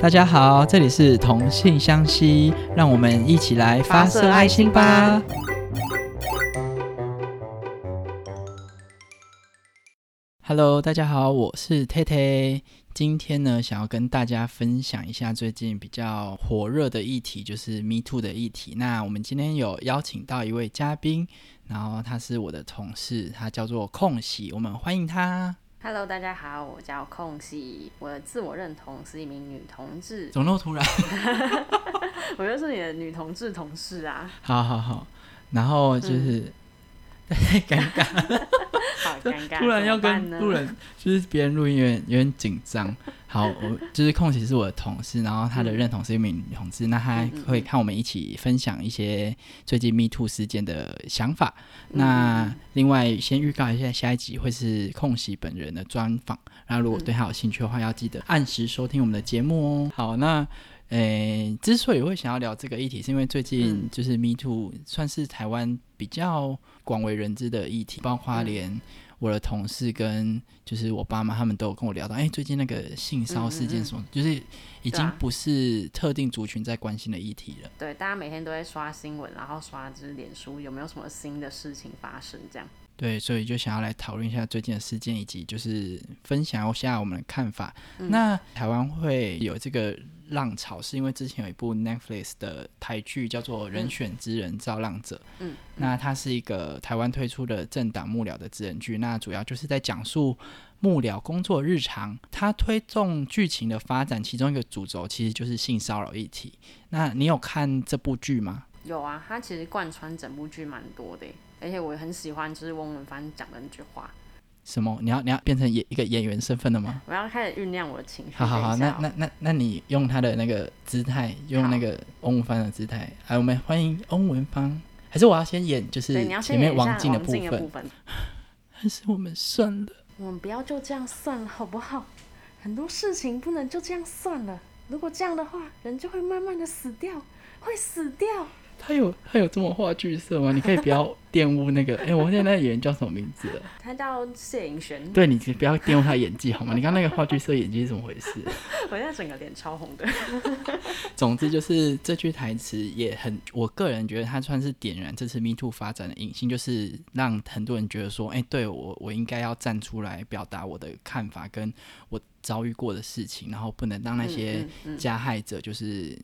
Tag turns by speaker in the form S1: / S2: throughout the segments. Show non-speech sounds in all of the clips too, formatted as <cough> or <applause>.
S1: 大家好，这里是同性相吸，让我们一起来发射爱心吧。Hello，大家好，我是 t 泰。今天呢，想要跟大家分享一下最近比较火热的议题，就是 Me Too 的议题。那我们今天有邀请到一位嘉宾，然后他是我的同事，他叫做空喜，我们欢迎他。
S2: Hello，大家好，我叫空隙，我的自我认同是一名女同志， <laughs>
S1: 怎么那么突然？
S2: 我就是你的女同志同事
S1: <laughs>
S2: 啊，
S1: <laughs> 好好好，然后就是、太尴尬，
S2: 好尴尬，
S1: 突然要跟
S2: 怎么办呢
S1: 路人，就是别人录音有点有点紧张。
S2: <laughs>
S1: 好，我就是空姐是我的同事，然后他的认同是一名女同志，那他
S2: 嗯嗯嗯
S1: 会看我们一起分享一些最近 Me Too 事件的想法。
S2: 嗯
S1: 那另外先预告一下，下一集会是空喜本人的专访。那
S2: 嗯
S1: 如果对他有兴趣的话，要记得按时收听我们的节目哦。好，那诶，之所以会想要聊这个议题，是因为最近
S2: 嗯
S1: 就是 Me Too 算是台湾比较广为人知的议题，包括
S2: 嗯
S1: 连我的同事跟就是我爸妈他们都有跟我聊到，哎，最近那个性骚事
S2: 嗯嗯
S1: 件
S2: 嗯
S1: 什么，就是已
S2: 对
S1: 经
S2: 啊
S1: 不是特定族群在关心的议题了。
S2: 对，大家每天都会刷新闻，然后刷就是脸书有没有什么新的事情发生，这样，
S1: 对，所以就想要来讨论一下最近的事件，以及就是分享一下我们的看法。
S2: 嗯
S1: 那台湾会有这个浪潮，是因为之前有一部 Netflix 的台剧叫做《人选之人造浪者》，
S2: 嗯，
S1: 那它是一个台湾推出的政党幕僚的职人剧，那主要就是在讲述幕僚工作日常。它推动剧情的发展，其中一个主轴其实就是性骚扰议题。那你有看这部剧吗？
S2: 有啊，它其实贯穿整部剧蛮多的耶，欸而且我也很喜欢就是翁文帆讲的那句话，
S1: 什么？你要你要变成演一个演员身份了吗？
S2: 我要开始酝酿我的情绪，
S1: 好好好，
S2: 等一
S1: 那
S2: 下哦
S1: 那那那你用他的那个姿态，用那个翁文芳的姿态，哎，我们欢迎翁文芳，还是我要先演就是
S2: 对，你要
S1: 前
S2: 先
S1: 面
S2: 演一下
S1: 静的
S2: 王静的
S1: 分
S2: 部，分，
S1: 还是我们算了？
S2: 我们不要就这样算了，好不好？很多事情不能就这样算了。如果这样的话，人就会慢慢的死掉，会死掉。
S1: 他有他有这么话剧色吗？你可以不要玷污那个，哎、我忘记那个演员叫什么名字了。 <laughs>
S2: 他叫谢颖璇，
S1: 对你不要玷污他演技好吗？你刚刚那个话剧色演技是怎么回事？
S2: <laughs> 我现在整个脸超红的。
S1: 总之就是这句台词也很，我个人觉得它算是点燃这次 Me Too 发展的引信，就是让很多人觉得说，哎、对我我应该要站出来表达我的看法，跟我遭遇过的事情，然后不能让那些
S2: 嗯
S1: 加害者就是。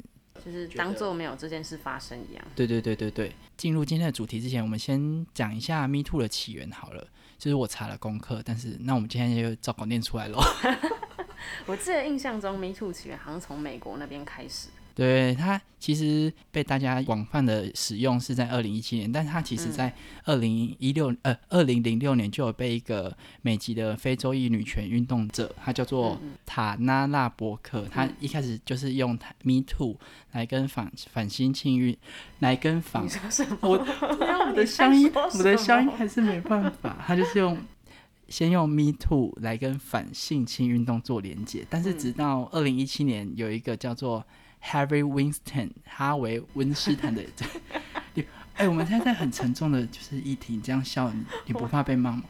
S2: 就是当做没有这件事发生一样。
S1: 对对对对对，进入今天的主题之前，我们先讲一下 Me Too 的起源好了。就是我查了功课，但是那我们今天就照稿念出来喽。
S2: 我记得印象中，Me Too 起源好像从美国那边开始。 <laughs>
S1: 对它其实被大家广泛的使用是在二零一七年，但它其
S2: 嗯
S1: 实在二零一六呃二零零六年就有被一个美籍的非洲裔女权运动者，她叫
S2: 嗯
S1: 做塔纳拉伯克，她一开始就是用 Me Too 来跟反反新庆运来跟反
S2: 你说什么？
S1: 我
S2: 我
S1: 我的乡音，我的乡音
S2: 音。
S1: 还是没办法，他就是用 <laughs> 先用 Me Too 来跟反性侵运动做连接，但是直到二零一七年有一个叫做 Harry Winston 哈维温斯坦的 <laughs> 你哎、我们现在在很沉重的就是议题，你这样笑，你你不怕被骂吗？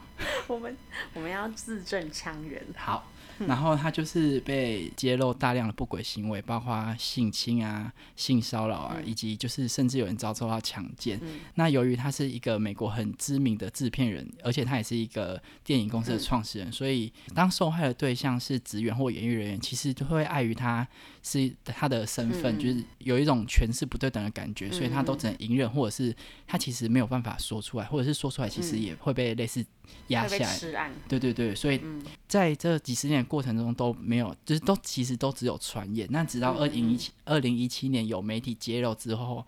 S2: 我们我们要字正腔圆。
S1: 好，
S2: 嗯
S1: 然后他就是被揭露大量的不轨行为，包括性侵啊、性骚扰
S2: 嗯
S1: 啊，以及就是甚至有人遭受到强奸。那由于他是一个美国很知名的制片人，而且他也是一个电影公
S2: 嗯
S1: 司的创始人，所以当受害的对象是职员或演艺人员，其实就会碍于他是他的身份，
S2: 嗯
S1: 就是有一种权势不对等的感觉，所以他都只能隐忍，或者是他其实没有办法说出来，或者是说出来其实也会被类似压
S2: 嗯
S1: 下
S2: 会被
S1: 来。
S2: 吃案，
S1: 对对对，所以
S2: 嗯
S1: 在这几十年的过程中都没有，就是都其实都只有传言。那直到
S2: 嗯
S1: 二零一七二零一七年有媒体揭露之后，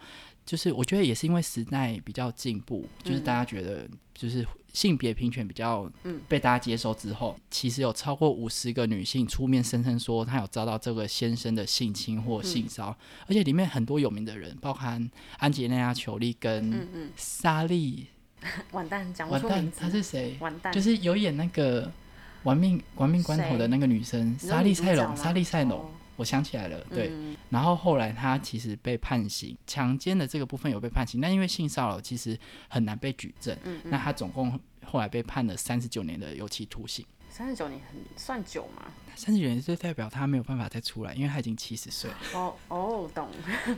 S1: 就是我觉得也是因为时代比较进步，就是大家觉得就是性别平权比较
S2: 嗯
S1: 被大家接受之后，其实有超过五十个女性出面声称说她有遭到这个先生的性侵或性骚扰，
S2: 嗯
S1: 而且里面很多有名的人，包含安吉丽娜·裘丽跟莎莉，
S2: 完蛋，嗯讲不
S1: 完
S2: 出
S1: 蛋
S2: 名，字
S1: 她，是谁？
S2: 完蛋，
S1: 就是有演那个《玩命玩命关头》的那个女生
S2: 谁
S1: 莎莉塞隆，
S2: 你说女主角吗
S1: 莎莉塞隆，
S2: 哦嗯
S1: 我想起来了，对。然后后来她其实被判刑，强奸的这个部分有被判刑，但因为性骚扰其
S2: 嗯
S1: 实很难被举证，那她总共后来被判了三十九年的有期徒刑。
S2: 三十九你很算久吗？
S1: 三十元就代表他没有办法再出来，因为他已经七十岁了，
S2: 哦哦，懂，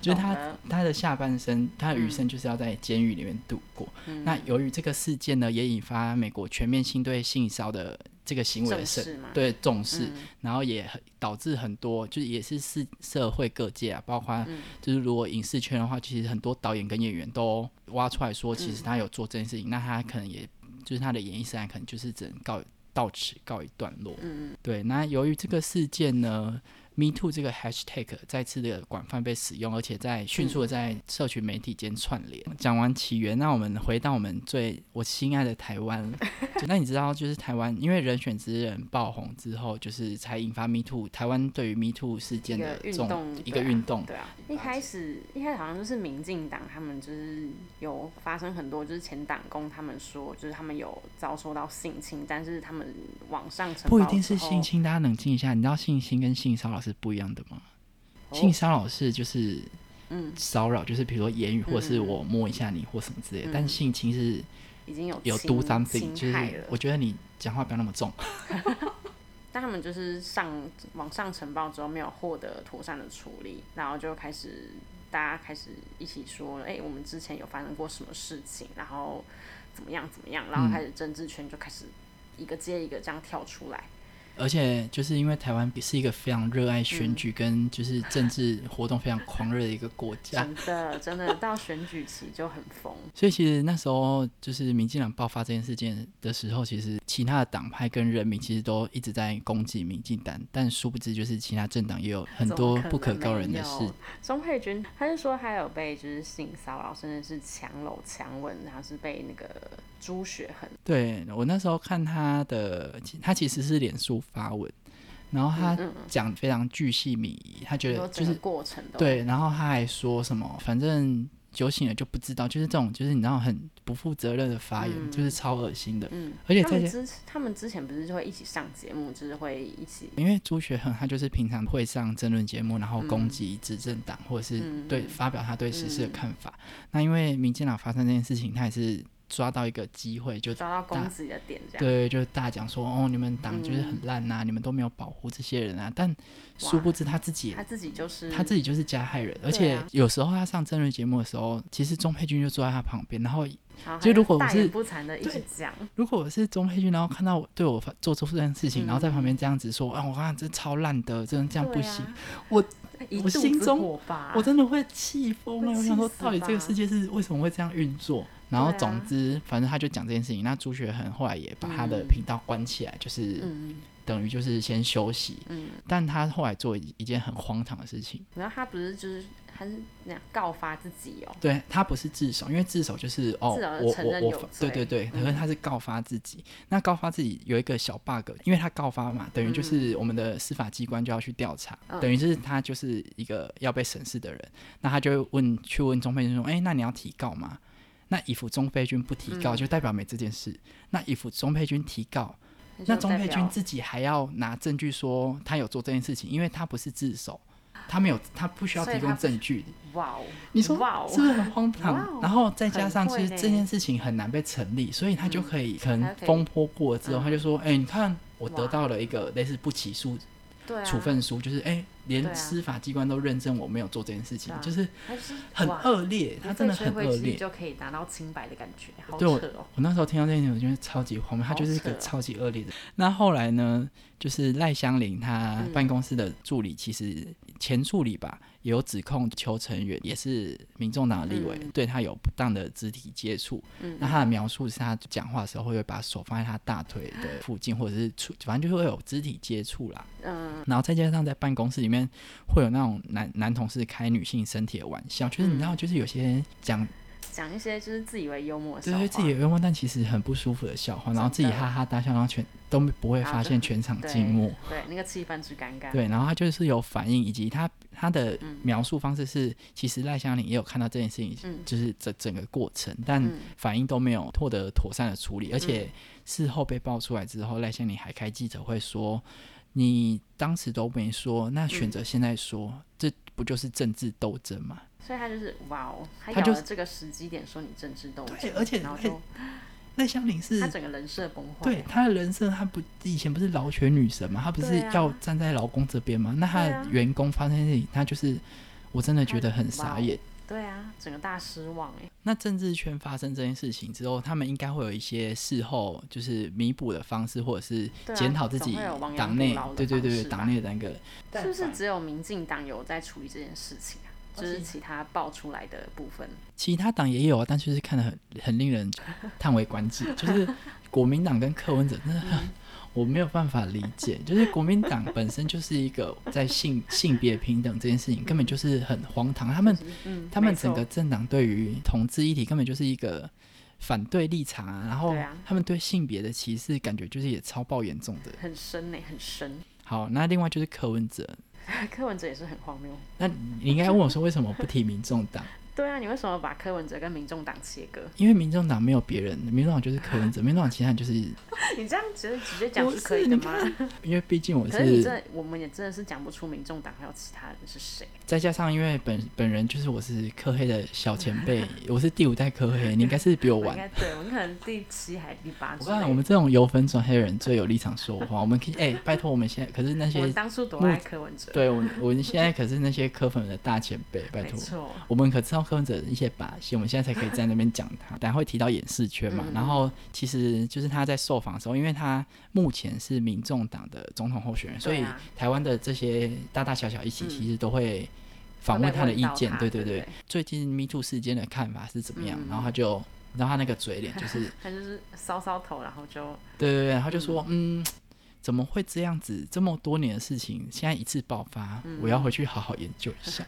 S1: 就是
S2: 懂
S1: 他
S2: 了
S1: 他的下半生，他的余
S2: 嗯
S1: 生就是要在监狱里面度过。那由于这个事件呢，也引发美国全面性对性骚的这个行为的
S2: 重视
S1: 审
S2: 嘛
S1: 对重视，然后也很导致很多就是也是是社会各界啊，包括就是如果影视圈的话，其实很多导演跟演员都挖出来说，其实他有做这件事情，那他可能也就是他的演艺生涯可能就是只能告到此告一段落。嗯对，那由于这个事件呢。Me Too 这个 hashtag 再次的广泛被使用，而且在
S2: 嗯
S1: 迅速的在社群媒体间串联。讲、完起源，那我们回到我们最我心爱的台
S2: <laughs>
S1: 湾。就那你知道，就是台湾因为人选之人爆红之后，就是才引发 Me Too 台湾对于 Me Too 事件
S2: 一
S1: 的
S2: 个
S1: 这
S2: 运
S1: 种
S2: 动，
S1: 一个
S2: 对啊
S1: 运动。
S2: 对啊，一开始一开始好像就是民进党他们就是有发生很多，就是前党工他们说，就是他们有遭受到性侵，但是他们网上呈
S1: 不一
S2: 报
S1: 定
S2: 之
S1: 是性
S2: 后，
S1: 侵，大家冷静一下。你知道性侵跟性骚扰是不一样的吗？
S2: 哦
S1: 性骚扰是就是
S2: 嗯，
S1: 骚扰，就是比如说言语，或是
S2: 嗯嗯嗯
S1: 我摸一下你或什么之类的。
S2: 嗯
S1: 但性侵是
S2: 已经有
S1: 有
S2: 侵
S1: do something，就
S2: 侵害
S1: 是
S2: 了
S1: 我。觉得你讲话不要那么重。
S2: 但他们就是上网上呈报之后没有获得妥善的处理，然后就开始大家开始一起说，哎、我们之前有发生过什么事情，然后怎么样怎么样，然
S1: 嗯
S2: 后开始政治圈就开始一个接一个这样跳出
S1: <laughs>
S2: 来，
S1: 而且就是因为台湾是一个非常热爱
S2: 嗯
S1: 选举跟就是政治活动非常狂热的一个国家，
S2: 真的真的到选举期就很疯，
S1: 所以其实那时候就是民进党爆发这件事件的时候，其实其他的党派跟人民其实都一直在攻击民进党，但殊不知就是其他政党也有很
S2: 怎么
S1: 多
S2: 能
S1: 不可告人的
S2: 没有
S1: 事。。
S2: 钟佩君他是说他有被就是性骚扰，甚至是强搂强吻，然后是被那个朱雪恒
S1: 对我那时候看他的，其他其实是脸书发文，然后
S2: 嗯
S1: 他讲非常巨细靡遗，他觉
S2: 说
S1: 得就
S2: 整个
S1: 是
S2: 过程都
S1: 对，然后他还说什么，反正酒醒了就不知道，就是这种，就是你知道很不负责任的发言，就是超恶心的。
S2: 嗯，
S1: 而且
S2: 他们
S1: 在
S2: 之他们之前不是就会一起上节目，就是会一起
S1: 因为朱学恒他就是平常会上争论节目，然后攻击执政党、
S2: 嗯
S1: 或者是对发表他对时事的看法。那因为民进党发生这件事情，他也是抓到一个机会就。
S2: 抓到攻击的点这样。
S1: 对，就是大讲说哦，你们党就是
S2: 嗯
S1: 很烂呐、你们都没有保护这些人啊。但殊不知他自己也
S2: 他自己就是
S1: 他自己就是加害人，而
S2: 对
S1: 且
S2: 啊
S1: 有时候他上争论节目的时候，其实钟佩君就坐在他旁边，然后
S2: 然后
S1: 就
S2: 还
S1: 如果我
S2: 大
S1: 是
S2: 言不惭的一直讲，
S1: 如果我是钟佩君，然后看到我对我发做出这件事情，然后在旁边这样子说，啊，我看这超烂的，真的这样不
S2: 嗯对
S1: 行，
S2: 啊
S1: 我
S2: 一
S1: 我
S2: 肚
S1: 心
S2: 子
S1: 中
S2: 火吧，
S1: 我真的会气疯了。
S2: 啊会
S1: 我
S2: 气
S1: 想说，
S2: 死
S1: 到底这个
S2: 吧
S1: 世界是为什么会这样运作？然后
S2: 对啊
S1: 总之，反正他就讲这件事情。那朱学恒后来也把他的频道关起来，就是、
S2: 嗯
S1: 等于就是先休息。
S2: 嗯，
S1: 但他后来做一一件很荒唐的事情，
S2: 然后他不是就是他是那样告发自己哦，
S1: 对他不是自首，因为自首就是哦
S2: 自首，
S1: 我
S2: 承认
S1: 我我
S2: 有
S1: 发，
S2: 罪嗯
S1: 对对对，可是他是告发自己。那告发自己有一个小 bug，因为他告发嘛，等于
S2: 嗯
S1: 就是我们的司法机关就要去调查，等于就是他就是一个要被审视的人。那他就会问去问钟佩君说：“哎、那你要提告吗？”那以服钟佩君不提
S2: 嗯
S1: 告，就代表没这件事。那以服钟佩君提告，那
S2: 就
S1: 钟
S2: 代
S1: 佩
S2: 表
S1: 君自己还要拿证据说他有做这件事情，因为他不是自首，他没有，他不需要
S2: 所以
S1: 提供
S2: 他不
S1: 证据。
S2: 哇哦，
S1: 你说
S2: 哇
S1: 是不
S2: 哦，
S1: 是很荒唐？
S2: 哇哦
S1: 然后再加上，
S2: 很
S1: 其
S2: 会
S1: 实
S2: 嘞
S1: 这件事情很难被成立，所以他就可以可
S2: 他
S1: 能
S2: 可以
S1: 风波过了之后，
S2: 嗯
S1: 他就说：“哎、你看，我得
S2: 哇
S1: 到了一个类似不起诉
S2: 对啊，
S1: 处分书，就是哎、
S2: 对啊
S1: 连司法机关都认证我没有做这件事情
S2: 对，啊
S1: 就是
S2: 他就是
S1: 很
S2: 哇
S1: 恶劣，他真的
S2: 不费
S1: 很
S2: 吹灰
S1: 恶
S2: 之力
S1: 劣。”
S2: 就可以达到清白的感觉，好扯
S1: 对我
S2: 哦，
S1: 我那时候听到这一点，我觉得超级荒谬，他就是一个
S2: 好扯哦
S1: 超级恶劣的。那后来呢，就是赖香林他
S2: 嗯
S1: 办公室的助理，其实前助理吧，也有指控邱成远，也是民众党的立
S2: 嗯
S1: 委，对他有不当的肢体接触。那他的描述是他讲话的时候会把手放在他大腿的附近，或者是触，反正就会有肢体接触啦。
S2: 嗯，
S1: 然后再加上在办公室里面会有那种男男同事开女性身体的玩笑，就是你知道，
S2: 嗯
S1: 就是有些人讲
S2: 讲一些就是自以为幽默的
S1: 对
S2: 笑话，
S1: 对，自己也幽默，但其实很不舒服的笑话，然后自己
S2: 真的
S1: 哈哈大笑，然后全都不会
S2: 然后
S1: 发
S2: 就
S1: 现全场
S2: 对
S1: 静默。
S2: 对那个气氛之尴尬，
S1: 对，然后他就是有反应，以及他他的描述方式是，其实赖香林也有看到这件事情，
S2: 嗯
S1: 就是整整个过程，但
S2: 嗯
S1: 反应都没有获得妥善的处理，而且事后被爆出来之后，赖香林还开记者会说，你当时都没说，那
S2: 嗯
S1: 选择现在说，这不就是政治斗争吗？
S2: 所以他就是哇哦，他
S1: 他
S2: 咬
S1: 就
S2: 了这个时机点说你政治斗争，
S1: 对而且
S2: 然后
S1: 哎
S2: 就
S1: 赖香林是
S2: 她整个人设崩坏。
S1: 对，她的人设，她不以前不是劳权女神嘛，她不是
S2: 对啊
S1: 要站在劳工这边嘛？那她
S2: 对啊
S1: 的员工发生事情，她就是我真的觉得很傻眼。
S2: 对啊，整个大失望哎、
S1: 那政治圈发生这件事情之后，他们应该会有一些事后就是弥补的方式，或者是
S2: 对啊
S1: 检讨自
S2: 总
S1: 己
S2: 会有亡羊
S1: 党
S2: 补
S1: 内
S2: 牢的，
S1: 对对
S2: 方
S1: 对，
S2: 式吧
S1: 党内的那个
S2: 是不是只有民进党有在处理这件事情啊？
S3: 而
S2: 就
S3: 且
S2: 是其他爆出来的部分，
S1: 其他党也有啊，但就是看得很很令人叹为观
S2: <laughs>
S1: 止，就是国民党跟柯文哲真的很。我没有办法理解，就是国民党本身就是一个在性性别平等这件事情根本就是很荒唐，他们
S2: 嗯，
S1: 他们
S2: 没错
S1: 整个政党对于同志议题根本就是一个反对立场啊，然后
S2: 对啊
S1: 他们对性别的歧视感觉就是也超爆严重的。
S2: 很深呢、很深。 <laughs>
S1: 好，那另外就是柯文哲，
S2: 柯文哲也是很荒谬。
S1: 那你应该问我说为什么不提民众党？
S2: 对啊，你为什么把柯文哲跟民众党切割？ <laughs>
S1: 因为民众党没有别人，民众党就是柯文哲，民众党其他人就是，
S2: 你这样直接直接讲
S1: 我
S2: 是可以
S1: 是
S2: 的
S1: 你
S2: 吗？
S1: 因为毕竟我
S2: 可是你
S1: 是
S2: 这我们也真的是讲不出民众党还有其他人是谁。
S1: 再加上因为本本人就是我是科黑的小前
S2: <laughs>
S1: 辈，我是第五代科黑，你应该是比我
S2: 我应
S1: 晚。
S2: 该对我们可能第七还是第八
S1: 我
S2: 之类
S1: 看
S2: 的。
S1: 我们这种油粉转黑人最有立场说话，我们可以哎、拜托我们现在可是那
S2: 我
S1: 些
S2: 们当初多
S1: 目
S2: 爱柯文哲，
S1: 对我们，我们现在可是那些科粉的大前辈，拜
S2: 没
S1: 托。
S2: 错，
S1: 我们可知道科粉者的一些把戏，我们现在才可以在那边讲他。等下会提到演示圈嘛，
S2: 嗯
S1: 然后其实就是他在受访的时候，因为他目前是民众党的总统候选人，所
S2: 对
S1: 以
S2: 啊
S1: 台湾的这些大大小小议题
S2: 嗯
S1: 其实都会访问他的意见
S2: 会被问到他，
S1: 对
S2: 对
S1: 对
S2: 对。
S1: 最近 Me Too 事件的看法是怎么样？
S2: 嗯
S1: 然后他就，然后他那个嘴脸就是
S2: <laughs> 他就是搔搔头，然后就
S1: 对对对，他就说，嗯，怎么会这样子？这么多年的事情，现在一次爆发，
S2: 嗯
S1: 我要回去好好研究一下。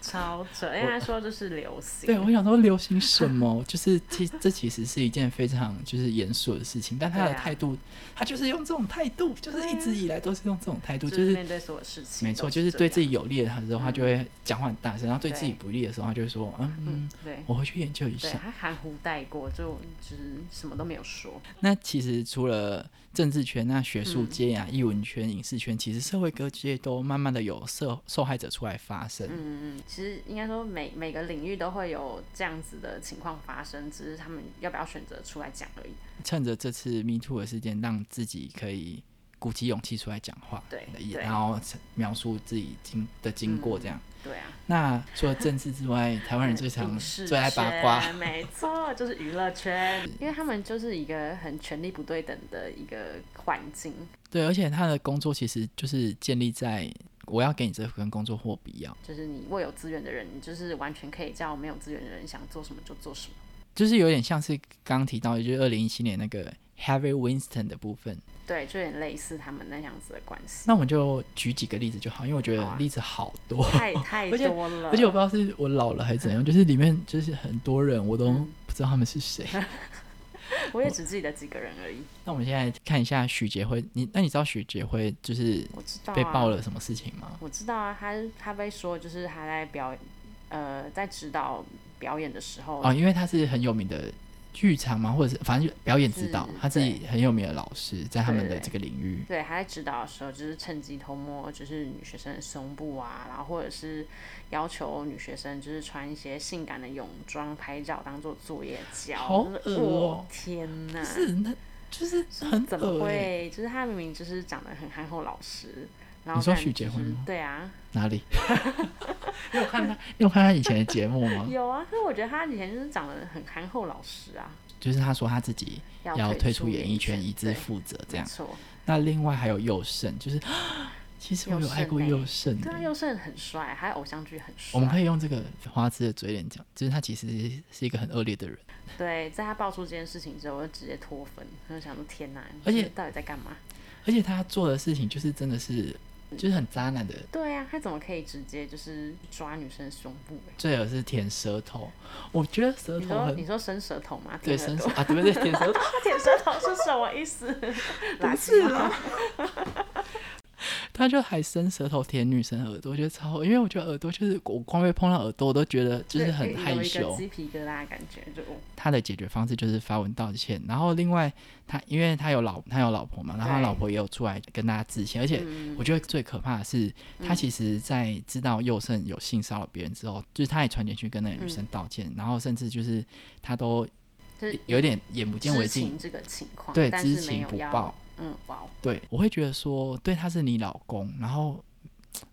S2: 超扯，因为他说就是流行，
S1: 对，我想说流行什么？就是其这其实是一件非常就是严肃的事情，但他的
S2: 对啊
S1: 态度，他就是用这种态度，就是一直以来都是用这种态度，
S2: 嗯就
S1: 就是是
S2: 面对所有事情，
S1: 没错，就是对自
S2: 己，
S1: 己有利的时候，他就会讲话很大声，然后对自己
S2: 嗯对
S1: 不利的时候，他就会说，嗯
S2: 嗯，，对。
S1: 我回去研究一
S2: 对
S1: 下。
S2: 他含糊带过，就就是什么都没有说。
S1: 那其实除了政治圈、那学
S2: 嗯
S1: 术界啊、艺、文圈、影视圈，其实社会各界都慢慢的有受受害者出来发声。
S2: 嗯，嗯，其实应该说每每个领域都会有这样子的情况发生，只是他们要不要选择出来讲而已。
S1: 趁着这次 Me Too 的事件，让自己可以鼓起勇气出来讲话，
S2: 对
S1: 也
S2: 对
S1: 然后描述自己经的经过这样。
S2: 对啊，
S1: 那除了政治之外，台湾人最常
S2: <laughs> 影视
S1: 最爱八卦，
S2: 圈没错，就是娱
S1: <laughs>
S2: 乐圈，因为他们就是一个很权力不对等的一个环境。
S1: 对，而且他的工作其实就是建立在我要给你这份工作或不要，
S2: 就是你握有资源的人，你就是完全可以叫没有资源的人想做什么就做什么。
S1: 就是有点像是刚刚提到，也就是二零一七年那个 Harry Winston 的部分。
S2: 对，就有点类似他们那样子的关系，
S1: 那我们就举几个例子就好，因为我觉
S2: 好
S1: 得
S2: 啊
S1: 例子好多。 <laughs>
S2: 太太
S1: 而且
S2: 多了。
S1: 而且我不知道是我老了还是怎样，就是里面就是很多人我都
S2: 嗯
S1: 不知道他们是谁。
S2: 我也只记得几个人而已。
S1: 那我们现在看一下许杰辉，你那你知道许杰辉就是
S2: 我知道、啊、
S1: 被爆了什么事情吗？
S2: 我知道啊，他他被说就是他在表呃在指导表演的时候，
S1: 哦，因为他是很有名的剧场嘛，或者是反正就表演指导
S2: 是，
S1: 他是很有名的老师，在他们
S2: 对
S1: 的
S2: 对
S1: 这个领域。
S2: 对他在指导的时候就是趁机偷摸就是女学生的胸部啊，然后或者是要求女学生就是穿一些性感的泳装拍照当做作业交。
S1: 好
S2: 我就是
S1: 恶哦
S2: 我天哪！
S1: 是，那就是很
S2: 怎么
S1: 恶欸
S2: 会？就是他明明就是长得很憨厚老实，然后
S1: 你说
S2: 但
S1: 许杰
S2: 就是
S1: 辉吗
S2: 对啊，
S1: 哪
S2: <laughs>
S1: 里？你有看他？你有看他以前的节目吗？
S2: 有啊。可是我觉得他以前就是长得很憨厚老实啊，
S1: 就是他说他自己
S2: 要
S1: 要退
S2: 出
S1: 出演艺圈，
S2: 圈
S1: 以资
S2: 对
S1: 负责这样
S2: 没。错，
S1: 那另外还有佑胜，就是 <gasps> 其实我有爱过
S2: 佑
S1: 佑胜欸，
S2: 对啊，佑胜很帅，他的偶像剧很帅。
S1: 我们可以用这个花痴的嘴脸讲，就是他其实是一个很恶劣的人。
S2: 对，在他爆出这件事情之后，我就直接脱粉，我就想说天哪，
S1: 而且
S2: 你到底在干嘛？
S1: 而且他做的事情就是真的是，就是很渣男的。
S2: 对啊，他怎么可以直接就是抓女生的胸部、欸？
S1: 最恶是舔舌头，我觉得舌
S2: 你
S1: 头
S2: 说
S1: 很
S2: 你说伸舌头吗？
S1: 对
S2: 舔
S1: 伸手
S2: 耳朵
S1: 啊，对不 <laughs> 对？舔舌头
S2: 舔舌头是什么意思？ <laughs> 垃
S1: 不
S2: 圾
S1: 是啊啦，他就还伸舌头舔女生耳朵，我觉得超恶，因为我觉得耳朵就是我光被碰到耳朵，我都觉得就是很
S2: 有
S1: 害
S2: 一个
S1: 羞。
S2: 鸡皮疙瘩的感觉，就哦
S1: 他的解决方式就是发文道歉，然后另外他因为他有老他有老婆嘛，然后他
S2: 对
S1: 老婆也有出来跟大家致歉，而且
S2: 嗯
S1: 我觉得最可怕的是，他其实在知道佑胜有
S2: 嗯
S1: 性骚扰别人之后，就是他也传简讯跟那个女生道歉，然后甚至就是他都
S2: 就是
S1: 有点眼不见为
S2: 知
S1: 净
S2: 情。这个情况，
S1: 对，
S2: 但
S1: 知
S2: 是没
S1: 情
S2: 有
S1: 不
S2: 要
S1: 报。
S2: 嗯，哇哦，
S1: 对，我会觉得说，对，他是你老公，然后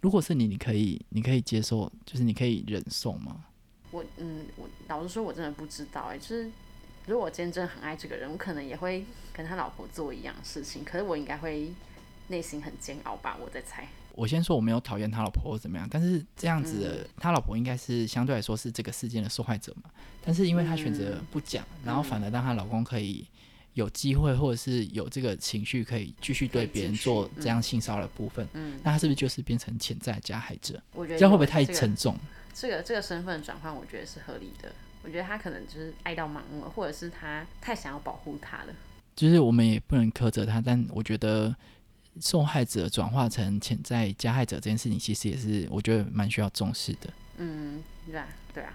S1: 如果是你，你可以，你可以接受，就是你可以忍受吗？
S2: 我嗯，我老实说，我真的不知道哎、就是如果我今天真的很爱这个人，我可能也会跟他老婆做一样的事情，可是我应该会内心很煎熬吧，我在猜。
S1: 我先说我没有讨厌他老婆或怎么样，但是这样子
S2: 嗯
S1: 的，他老婆应该是相对来说是这个事件的受害者嘛。但是因为她选
S2: 嗯
S1: 择不讲，然后反而让她老公可以有机会，或者是有这个情绪可以继续对
S2: 可以继
S1: 别人
S2: 续
S1: 做这样性骚扰的部分，
S2: 嗯，
S1: 那他是不是就是变成潜在加害者？
S2: 我觉得
S1: 这样会不会
S2: 有
S1: 太
S2: 这个
S1: 沉重？
S2: 这个这个身份转换，我觉得是合理的。我觉得他可能就是爱到盲目了，或者是他太想要保护他了。
S1: 就是我们也不能苛责他，但我觉得受害者转化成潜在加害者这件事情，其实也是我觉得蛮需要重视的。
S2: 嗯，对啊，对啊，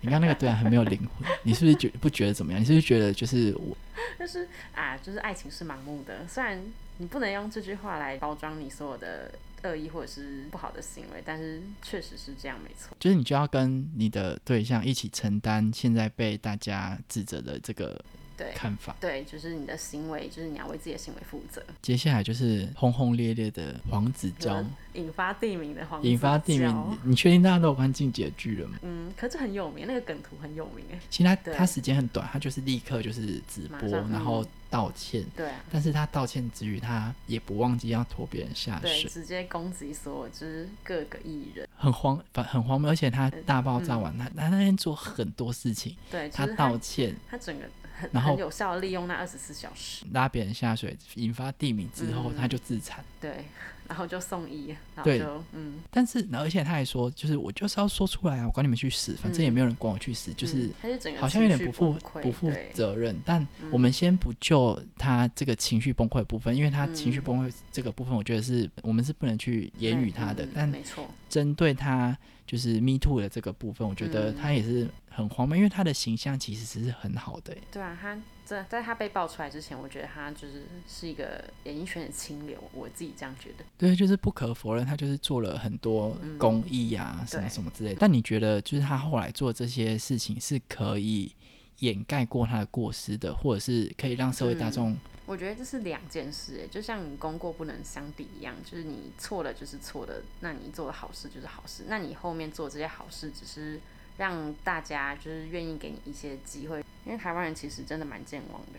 S1: 你看那个对啊，很没有灵魂，你是不是觉不觉得怎么样？你是不是觉得就是我
S2: 就是啊，就是爱情是盲目的。虽然你不能用这句话来包装你所有的恶意或者是不好的行为，但是确实是这样，没错。
S1: 就是你就要跟你的对象一起承担现在被大家指责的这个
S2: 对
S1: 看法。
S2: 对，就是你的行为，就是你要为自己的行为负责。
S1: 接下来就是轰轰烈烈的黄子
S2: 嗯
S1: 佼
S2: 引发地名的黄子
S1: 引发地
S2: 佼
S1: 名，你确定大家都有看《进击的巨人》吗？
S2: 嗯，可是很有名，那个梗图很有名哎。
S1: 其实他
S2: 对
S1: 他时间很短，他就是立刻就是直
S2: 马
S1: 播，
S2: 上嗯
S1: 然后道歉，
S2: 对啊，
S1: 但是他道歉之余，他也不忘记要拖别人下
S2: 对，
S1: 水，
S2: 直接攻击所有就是各个艺人。
S1: 很荒，反很荒谬。而且他大爆炸完，他他那天做很多事情，
S2: 对，就
S1: 他
S2: 嗯是
S1: 道歉、
S2: 他整个很
S1: 然后
S2: 很有效的利用那二十四小时，
S1: 拉别人下水，引发地名之后，
S2: 嗯
S1: 他就自残。
S2: 对，然后就送医，然后
S1: 对
S2: 就嗯，
S1: 但是，然后而且他还说，就是我就是要说出来啊，我管你们去死，反正也没有人管我去死，就是
S2: 嗯他就整个
S1: 好像有点
S2: 情
S1: 不
S2: 绪
S1: 负
S2: 崩溃
S1: 不负
S2: 对
S1: 责任。但我们先不救他这个情绪崩溃的部分，因为他情绪崩溃这个部分，我觉得是我们是不能去言语他的
S2: 嗯。
S1: 但
S2: 没错，
S1: 针对他就是 Me Too 的这个部分，我觉得
S2: 嗯
S1: 他也是很荒谬，因为他的形象其实是很好的欸、
S2: 对啊，他在在他被爆出来之前，我觉得他就是是一个演艺圈的清流，我自己这样觉得。
S1: 对，就是不可否认，他就是做了很多公益啊，什么
S2: 嗯对
S1: 什么之类的。但你觉得，就是他后来做这些事情是可以掩盖过他的过失的，或者是可以让社会大众
S2: 我觉得这是两件事，哎，就像你功过不能相抵一样，就是你错了就是错的，那你做的好事就是好事，那你后面做这些好事只是让大家就是愿意给你一些机会，因为台湾人其实真的蛮健忘的。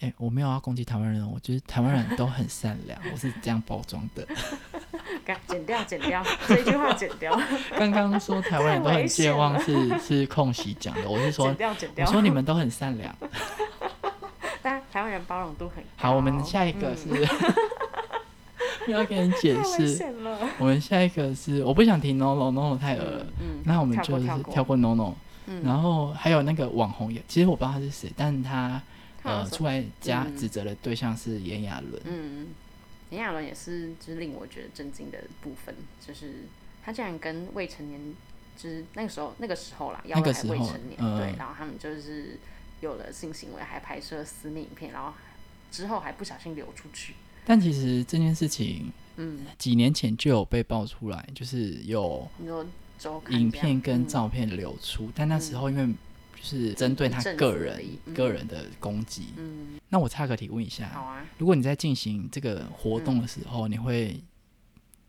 S1: 哎、我没有要攻击台湾人哦，我觉得台湾人都很善良，我是这样包装
S2: <laughs>
S1: 的。
S2: 干剪掉，剪掉，这一句话剪掉，
S1: 刚刚说台湾人都很健忘
S2: 太
S1: 是是空袭讲的，我是 <laughs> 说
S2: 剪，掉，剪
S1: 我
S2: 掉。
S1: 说你们都很善良。
S2: 但台湾人包容度很高。
S1: 好，我们下一个是、 <laughs> 要跟你解
S2: 嗯太危
S1: 释，
S2: 险了。
S1: 我们下一个是我不想提 no no no 太恶了。
S2: 嗯，
S1: 那我们
S2: 跳
S1: 就
S2: 过
S1: 是
S2: 跳过
S1: 跳过 no no，、
S2: 嗯
S1: 然后还有那个网红也，其实我不知道他是谁，但他
S2: 他有
S1: 呃
S2: 什么
S1: 出来加
S2: 嗯
S1: 指责的对象是炎亚纶，
S2: 嗯，炎亚纶也是，就是令我觉得震惊的部分，就是他竟然跟未成年，就是那个时候那个时候啦，
S1: 那
S2: 要
S1: 个
S2: 还
S1: 时候
S2: 未成年，
S1: 嗯
S2: 对，然后他们就是有了性行为，还拍摄私密影片，然后之后还不小心流出去。
S1: 但其实这件事情
S2: 嗯，
S1: 几年前就有被爆出来，就是有
S2: 你说周刊
S1: 影
S2: 这样
S1: 片跟
S2: 嗯
S1: 照片流出，但那时候因为就是针对他
S2: 一阵子
S1: 个
S2: 而
S1: 人
S2: 已、嗯
S1: 个人的攻击，
S2: 嗯，
S1: 那我插个题问一
S2: 好
S1: 下，
S2: 啊，
S1: 如果你在进行这个活动的时候，你会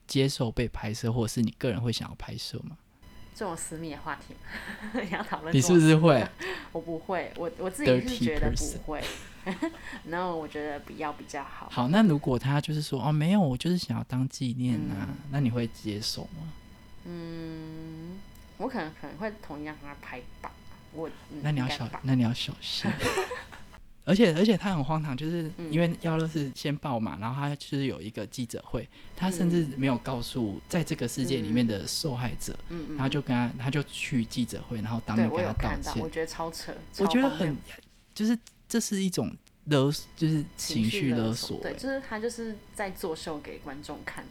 S1: 接受被拍摄，或者是你个人会想要拍摄吗？
S2: 这种私密的话题， <laughs> 你要讨论
S1: 你
S2: 这
S1: 是
S2: 种
S1: 不是会？
S2: 我不会，我我自己是
S1: Dirty
S2: 觉得不
S1: person
S2: 会。no，我觉得不要比较好。
S1: 好，那如果他就是说哦，没有，我就是想要当纪念啊，那你会接受吗？
S2: 嗯，我可能可能会同意让他拍吧。我、嗯、
S1: 那你要
S2: 应该
S1: 小
S2: 吧，
S1: 那你要小
S2: <laughs>
S1: 心。而且而且他很荒唐，就是
S2: 嗯
S1: 因为耀乐是先报嘛，然后他就是有一个记者会，他甚至没有告诉在这个世界里面的受害者，
S2: 嗯嗯
S1: 然后就跟他他就去记者会，然后当
S2: 对
S1: 面
S2: 我
S1: 跟
S2: 有
S1: 他道
S2: 看到，
S1: 歉
S2: 我。觉得超扯，
S1: 我
S2: 超
S1: 觉得
S2: 荒谬
S1: 很就是这是一种勒，就是情绪勒索、
S2: 对，
S1: 欸
S2: 就是他就是在作秀给观众看，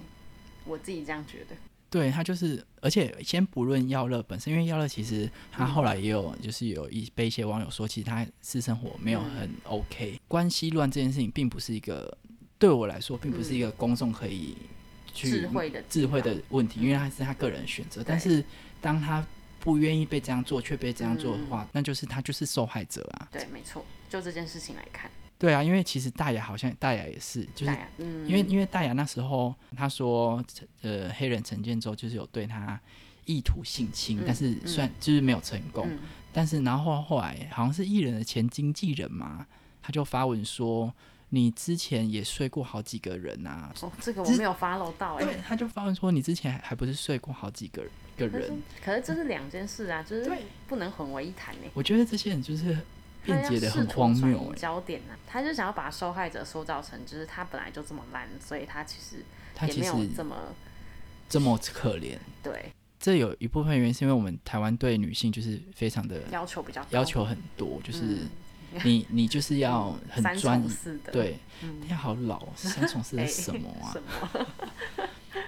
S2: 我自己这样觉得。
S1: 对他就是，而且先不论耀乐本身，因为耀乐其实他
S2: 嗯
S1: 后来也有，就是有一被一些网友说，其实他私生活没有
S2: 嗯
S1: 很 OK，、关系乱这件事情并不是一个对我来说，并不是一个公众可以去
S2: 嗯智慧的地
S1: 智慧的
S2: 方，
S1: 问题，因为他是他个人选择。但是当他不愿意被这样做，却被这样做的话，
S2: 嗯
S1: 那就是他就是受害者啊。
S2: 对，没错，就这件事情来看，
S1: 对啊，因为其实大雅好像大雅也是，就是
S2: 大家嗯，
S1: 因为因为大雅那时候她说，呃，黑人陈建州就是有对她意图性侵，
S2: 嗯
S1: 但是虽然就是没有成功，
S2: 嗯
S1: 但是然后后来好像是艺人的前经纪人嘛，他就发文说，你之前也睡过好几个人啊，
S2: 哦，这个我
S1: 只
S2: 没有 follow 到哎、
S1: 对，他就发文说你之前还不是睡过好几个个
S2: 可是
S1: 人，
S2: 可是这是两件事啊，就是
S1: 对
S2: 不能混为一谈呢、
S1: 我觉得这些人就是
S2: 他
S1: 辩
S2: 要
S1: 解的
S2: 试
S1: 很
S2: 图
S1: 荒
S2: 转
S1: 谬
S2: 移
S1: 哎、
S2: 焦点啊，他就想要把受害者塑造成就是他本来就这么烂，所以他其实
S1: 他
S2: 也
S1: 其
S2: 没
S1: 实
S2: 有这么
S1: 这么可怜。
S2: 对
S1: 这有一部分原因是因为我们台湾对女性就是非常的
S2: 要求比较高
S1: 要求很多，就是
S2: 嗯
S1: 你你就是要很
S2: 三
S1: 专
S2: 从
S1: 一，
S2: 四德，嗯
S1: 对，你好老，三从四
S2: 哎，
S1: 是什么啊
S2: <laughs> 什？么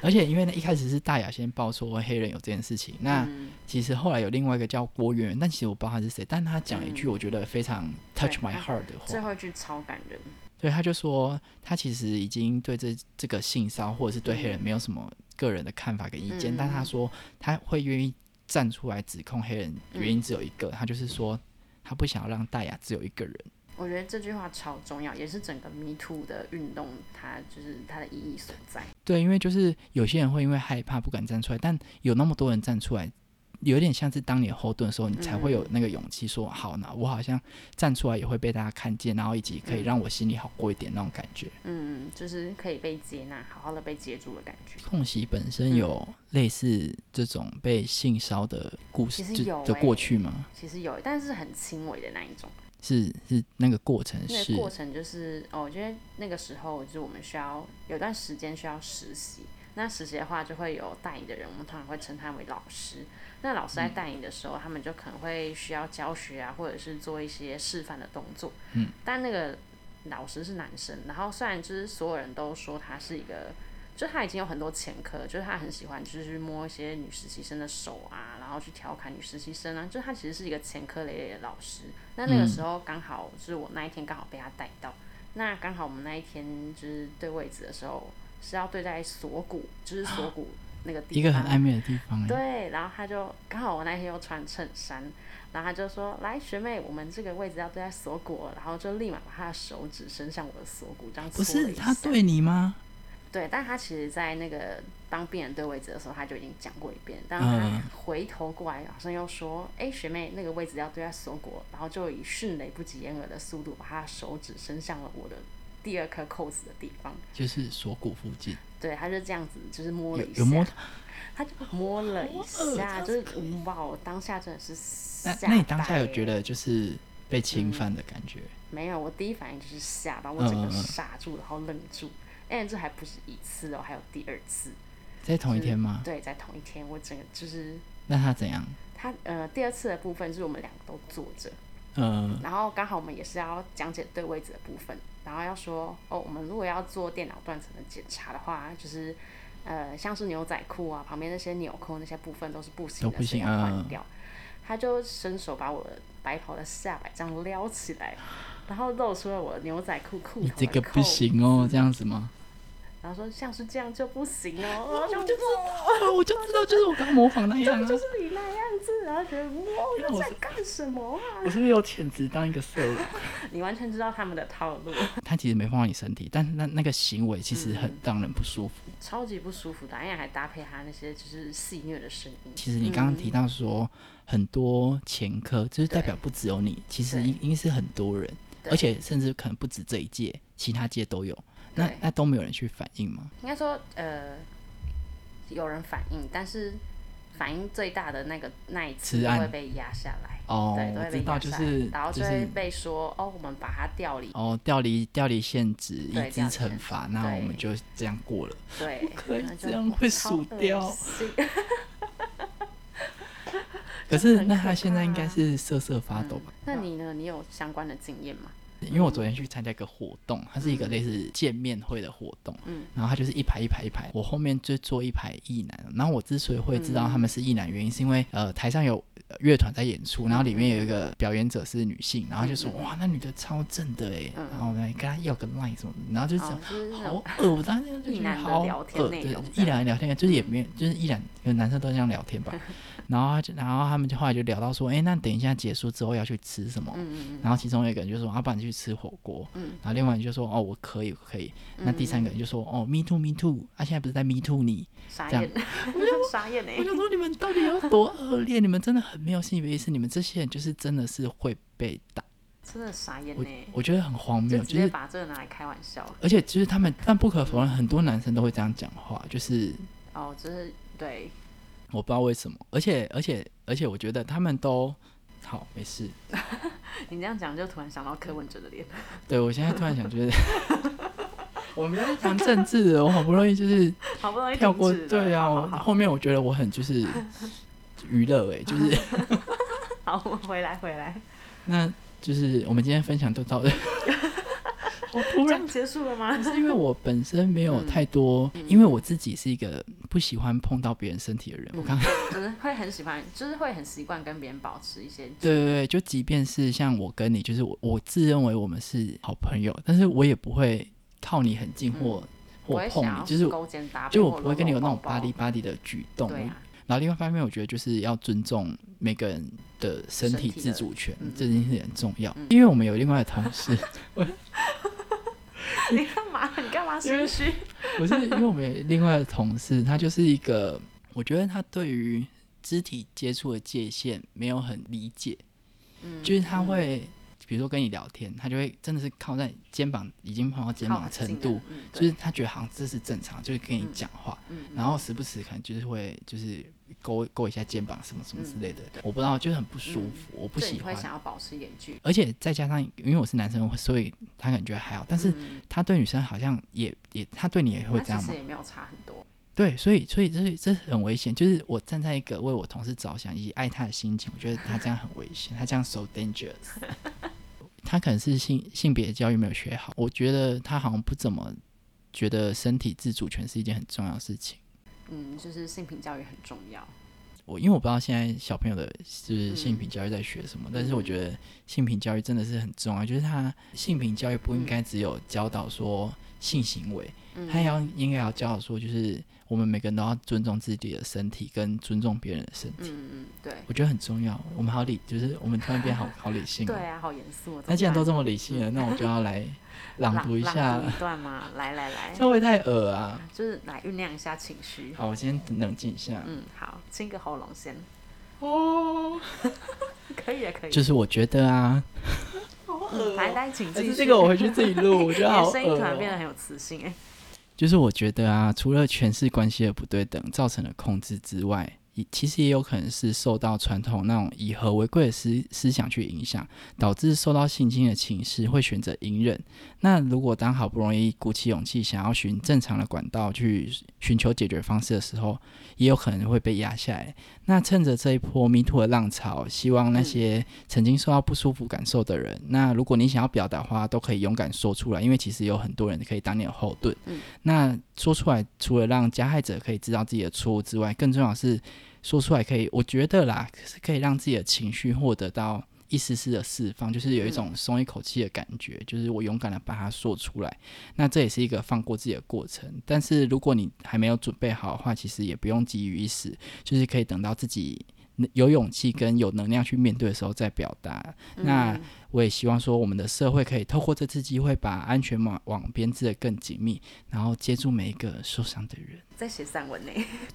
S1: 而且因为那一开始是大雅先爆出黑人有这件事情，那
S2: 嗯
S1: 其实后来有另外一个叫郭媛媛，但其实我不知道他是谁，但他讲了一句我觉得非常 touch
S2: 嗯对
S1: my
S2: 他
S1: heart 的话，
S2: 最后一句超感人，
S1: 对，他就说他其实已经对这这个性骚或者是对黑人
S2: 嗯
S1: 没有什么个人的看法跟意见，但他
S2: 嗯
S1: 说他会愿意站出来指控黑人，原
S2: 嗯
S1: 因只有一个，他就是说他不想要让大雅只有一个人。
S2: 我觉得这句话超重要，也是整个 Me Too 的运动，它就是它的意义所在。
S1: 对，因为就是有些人会因为害怕不敢站出来，但有那么多人站出来，有点像是当你后盾的时候，你才会
S2: 嗯
S1: 有那个勇气说，好呢，我好像站出来也会被大家看见，然后以及可以
S2: 嗯
S1: 让我心里好过一点那种感觉。
S2: 嗯，就是可以被接纳，好好的被接住的感觉。
S1: 空袭本
S2: 嗯
S1: 身有类似这种被性骚的故事
S2: 其实
S1: 就
S2: 有
S1: 的
S2: 欸
S1: 过去吗？
S2: 其实有，但是很轻微的那一种。
S1: 是是那个过程
S2: 那
S1: 是
S2: 个过程就是，哦，我觉得那个时候就是我们需要有段时间需要实习。那实习的话，就会有带你的人，我们通常会称他为老师。那老师在带你的时候，
S1: 嗯
S2: 他们就可能会需要教学啊，或者是做一些示范的动作。嗯，但那个老师是男生，然后虽然就是所有人都说他是一个，就他已经有很多前科，就是他很喜欢就是去摸一些女实习生的手啊，然后去调侃女实习生啊，就他其实是一个前科累累的老师。那
S1: 嗯
S2: 那个时候刚好就是我那一天刚好被他带到，那刚好我们那一天就是对位置的时候是要对在锁骨，就是锁骨那个地方，
S1: 啊一个很暧昧的地方欸。
S2: 对，然后他就刚好我那天又穿衬衫，然后他就说：“来，学妹，我们这个位置要对在锁骨哦。”然后就立马把他的手指伸向我的锁骨，这样
S1: 不
S2: 搓了
S1: 是
S2: 一
S1: 他
S2: 下
S1: 对你吗？
S2: 对，但他其实，在那个帮病人对位置的时候，他就已经讲过一遍。但
S1: 嗯
S2: 他回头过来，好像又说：“哎、学妹，那个位置要对在锁骨哦。”然后就以迅雷不及掩耳的速度，把他的手指伸向了我的第二颗扣子的地方。
S1: 就是锁骨附近
S2: 对，他就这样子，就是摸了
S1: 有
S2: 一下。
S1: 有摸
S2: 他就摸了一下，
S1: 恶
S2: 就是嗯哇，我当下真的是吓
S1: 那
S2: 呆。嗯
S1: 那你当下有觉得就是被侵犯的感觉？
S2: 没有？我第一反应就是吓到，我整
S1: 嗯
S2: 个
S1: 嗯嗯
S2: 傻住，然后愣住。哎，这还不是一次哦，还有第二次。
S1: 在同一天吗？
S2: 对，在同一天，我整个就是
S1: 那他怎样？
S2: 他呃，第二次的部分是我们两个都坐着，
S1: 呃，
S2: 然后刚好我们也是要讲解对位置的部分，然后要说哦，我们如果要做电脑断层的检查的话，就是呃，像是牛仔裤啊旁边那些纽扣那些部分都是不行
S1: 都
S2: 的，
S1: 不
S2: 所以
S1: 行
S2: 要换
S1: 嗯
S2: 掉。他就伸手把我的白袍的下摆这样撩起来，然后露出了我的牛仔裤裤头
S1: 你
S2: 的
S1: 这个
S2: 扣
S1: 不行哦，这样子吗？
S2: 然后说像是这样就不行
S1: <laughs>
S2: 哦，然后
S1: 我
S2: 就
S1: 就知道，我就知道，就是我刚模仿那 <laughs> 样啊
S2: 就。是你那样子，然后觉得哇，
S1: 那
S2: 你
S1: 我
S2: 在
S1: 是
S2: 干什么啊？
S1: 我是不是有潜质当一个色狼？
S2: 你完全知道他们的套路。
S1: 他其实没碰到你身体，但那那个行为其实很
S2: 嗯
S1: 让人不舒服。
S2: 超级不舒服的，而且还搭配他那些就是戏谑的声音。
S1: 其实你刚刚提到说、很多前科，就是代表不只有你，其实
S2: 对
S1: 应应该是很多人，
S2: 对
S1: 而且甚至可能不止这一届，其他届都有。那
S2: 对
S1: 那都没有人去反应吗？
S2: 应该说，呃，有人反应，但是反应最大的那个那一次
S1: 吃
S2: 都
S1: 案
S2: 会被压下来，
S1: 哦
S2: 对，，都
S1: 我
S2: 会
S1: 知
S2: 被
S1: 道，
S2: 压
S1: 就
S2: 下来，
S1: 是
S2: 然后
S1: 就
S2: 就会
S1: 是
S2: 被说，哦，我们把它调离，
S1: 哦，调离调离现值，
S2: 对
S1: 以
S2: 调
S1: 资
S2: 离
S1: 惩
S2: 现值
S1: 罚，那我
S2: 对
S1: 们就这样过
S2: <laughs>
S1: 了。
S2: 对，
S1: 可以
S2: 然后就
S1: 这
S2: 哦
S1: 样会
S2: 超
S1: 数
S2: 恶
S1: 掉
S2: 心
S1: 可是
S2: 很
S1: 那
S2: 可
S1: 他现在应该
S2: 怕
S1: 是瑟瑟发抖吧？
S2: 那你呢？你有相关的经验吗？
S1: 因为我昨天去参加一个活动，它是一个
S2: 嗯
S1: 类似见面会的活动，嗯，然后它就是一排一排一排，我后面就坐一排艺男，然后我之所以会知道
S2: 嗯
S1: 他们是艺男，原因是因为呃台上有呃乐团在演出，然后里面有一
S2: 嗯
S1: 个表演者是女性，然后就说哇那女的超正的哎，然后我们跟她要个 line 什么的，然后就讲
S2: 嗯哦就是那
S1: 好
S2: 种
S1: 恶，我当时就
S2: 意
S1: 觉得
S2: 男的
S1: 好
S2: 聊天
S1: 恶，
S2: 内
S1: 对
S2: 容，这
S1: 一男聊天就是也没有，就是一男有男生都这样聊
S2: <laughs>
S1: 天吧。然后他就，然后他们就后来就聊到说，哎、那等一下结束之后要去吃什
S2: 嗯
S1: 么？然后其中有一个人就说，啊，不然去吃火锅。然后另外人就说，哦，我可以，我可以。
S2: 嗯
S1: 那第三个人就说，哦，me too，me too，啊，现在不是在 me too
S2: <laughs>
S1: 你？
S2: 傻
S1: 这样
S2: 眼， <laughs> 傻眼哎、
S1: 我就说你们到底有多恶劣？你们真的很没有性别意识，你们这些人就是真的是会被打。
S2: 真的傻眼
S1: 我
S2: 哎、
S1: 我觉得很荒
S2: 就
S1: 谬，
S2: 直
S1: 就
S2: 接
S1: 是
S2: 把这个拿来开玩笑。
S1: 而且就是他们，但不可否认，很多男生都会这样讲话，就是
S2: 哦，就是对，
S1: 我不知道为什么，而且而且而且，我觉得他们都好没事。
S2: 你这样讲就突然想到柯文哲的脸，
S1: 对我现在突然想，
S2: <laughs>
S1: 就是我们在谈政治的，我好不容易
S2: <laughs>
S1: 就是
S2: 好不容易
S1: 跳过，
S2: 停止了
S1: 对啊，
S2: 好
S1: 我
S2: 好好
S1: 后面我觉得我很就是娱乐哎，就是
S2: <laughs> 好，我们回来回来，
S1: 那就是我们今天分享就到
S2: <laughs>
S1: 这。我突
S2: 这
S1: 然
S2: 样嗯结束了吗？
S1: 是因为我本身没有太多，因为我自己是一个不喜欢碰到别人身体的人。我刚
S2: <laughs> 就是会很喜欢，就是会很习惯跟别人保持一些
S1: 对对对，就即便是像我跟你，就是我我自认为我们是好朋友，但是我也不会靠你很近或、
S2: 嗯不
S1: 或
S2: 会
S1: 碰
S2: 想
S1: 你，
S2: 要
S1: 就是
S2: 勾肩搭背，
S1: 就我
S2: 或
S1: 不会跟你有那种
S2: 搂
S1: 巴
S2: 搂抱
S1: 黎巴黎的举动。
S2: 对啊，
S1: 然后另外一方面，我觉得就是要尊重每个人的身体自主权，
S2: 嗯
S1: 这件事很重要。因为我们有另外的同事，
S2: 你干嘛？ <laughs> 你干嘛心虚？
S1: 不是因为我们有另外的同事，他就是一个，我觉得他对于肢体接触的界限没有很理解，
S2: 嗯
S1: 就是他会。比如说跟你聊天，他就会真的是靠在肩膀，已经碰到肩膀的程度，
S2: 靠很近嗯啊，嗯
S1: 就是他觉得好像这是正常，就是跟你讲话，然后时不时可能就是会就是勾勾一下肩膀什么什么之类的，我不知道，就是很不舒服，我不
S2: 嗯对，
S1: 喜
S2: 你会
S1: 欢。
S2: 想要保持一点距离。
S1: 而且再加上，因为我是男生，所以他感觉还好，但
S2: 嗯
S1: 是他对女生好像也也，他对你也会
S2: 那
S1: 这
S2: 其
S1: 样
S2: 实
S1: 吗？
S2: 也没有差很多，
S1: 对，所以所以这这很危险，就是我站在一个为我同事着想以及爱他的心情，我觉得他这样很危险，他这样 so dangerous。他可能是性性别教育没有学好，我觉得他好像不怎么觉得身体自主权是一件很重要的事情。
S2: 嗯，就是性平教育很重要。
S1: 我因为我不知道现在小朋友的就是性平教育在学什么，但是我觉得性平教育真的是很重要，就是他性平教育不应该只有教导说性行为，
S2: 嗯
S1: 他也要应该要教导说，就是我们每个人都要尊重自己的身体，跟尊重别人的身体，
S2: 嗯嗯，对，
S1: 我觉得很重要。我们好理，就是我们突然变好好理性、
S2: 对
S1: 哦。
S2: 啊，好严肃哦。
S1: 那既然都
S2: 怎
S1: 这么理性了，那我就要
S2: <laughs>
S1: 来
S2: 么办
S1: 朗读一下
S2: 朗，读一段嘛，来来来，
S1: 这会不会太恶啊！
S2: 就是来酝酿一下情绪。
S1: 好，我先冷静一下。
S2: 嗯，好，清个喉咙
S1: <laughs>
S2: 先，
S1: 哦，
S2: 可以啊，可以。
S1: 就是我觉得啊，
S2: 嗯来来，请
S1: 但
S2: 继
S1: 是
S2: 续。
S1: 这个我回去自己录，我觉
S2: <laughs> 你
S1: 得好
S2: 的
S1: 恶、
S2: 声音突然变得
S1: 哦。
S2: 很有磁性哎。
S1: 就是我觉得啊，除了权势关系的不对等造成的控制之外，也其实也有可能是受到传统那种以和为贵的思思想去影响，导致受到性侵的情势会选择隐忍。那如果当好不容易鼓起勇气想要寻正常的管道去寻求解决方式的时候，也有可能会被压下来。那趁着这一波 Me Too 的浪潮，希望那些曾经受到不舒服感受的人，那如果你想要表达的话，都可以勇敢说出来，因为其实有很多人可以当你的后盾。那说出来，除了让加害者可以知道自己的错误之外，更重要的是说出来可以，我觉得啦，是可以让自己的情绪获得到一丝丝的释放，就是有一
S2: 嗯
S1: 种松一口气的感觉，就是我勇敢的把它说出来。那这也是一个放过自己的过程。但是如果你还没有准备好的话，其实也不用急于一时，就是可以等到自己。有勇气跟有能量去面对的时候再表达。
S2: 嗯
S1: 那我也希望说，我们的社会可以透过这次机会，把安全网网编织的更紧密，然后接住每一个受伤的人。
S2: 在写散文
S1: <laughs>
S2: 呢，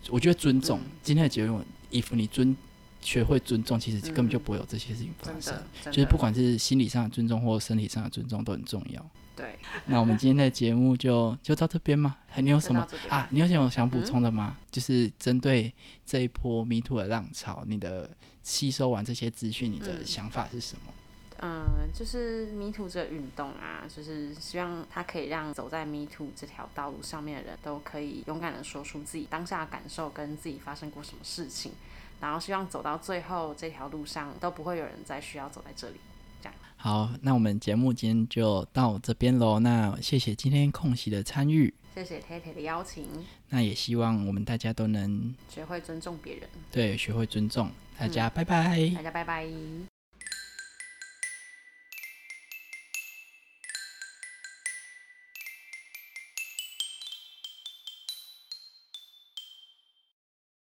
S1: 我觉得尊重、
S2: 嗯
S1: 今天的结论，以服你尊学会尊重，其实根本就不会有这些事情发
S2: 真
S1: 生。
S2: 的，真
S1: 就是
S2: 的
S1: 不管是心理上的尊重或身体上的尊重都很重要。
S2: 对，
S1: 那我们今天的节目就就到这边吗？还你有什么
S2: 就到这边嗯
S1: 啊？你有什么想补充的吗？就是针对这一波 Me Too 的浪潮，你的吸收完这些资讯，你的想法是什么？
S2: 嗯，就是迷途这个运动啊，就是希望它可以让走在迷途这条道路上面的人都可以勇敢的说出自己当下的感受跟自己发生过什么事情，然后希望走到最后这条路上都不会有人再需要走在这里。这样。
S1: 好，那我们节目今天就到这边喽。那谢谢今天空隙的参与，
S2: 谢谢 t a t 的邀请，
S1: 那也希望我们大家都能
S2: 学会尊重别人，嗯
S1: 对学会尊重大家，拜拜。
S2: 大家拜拜。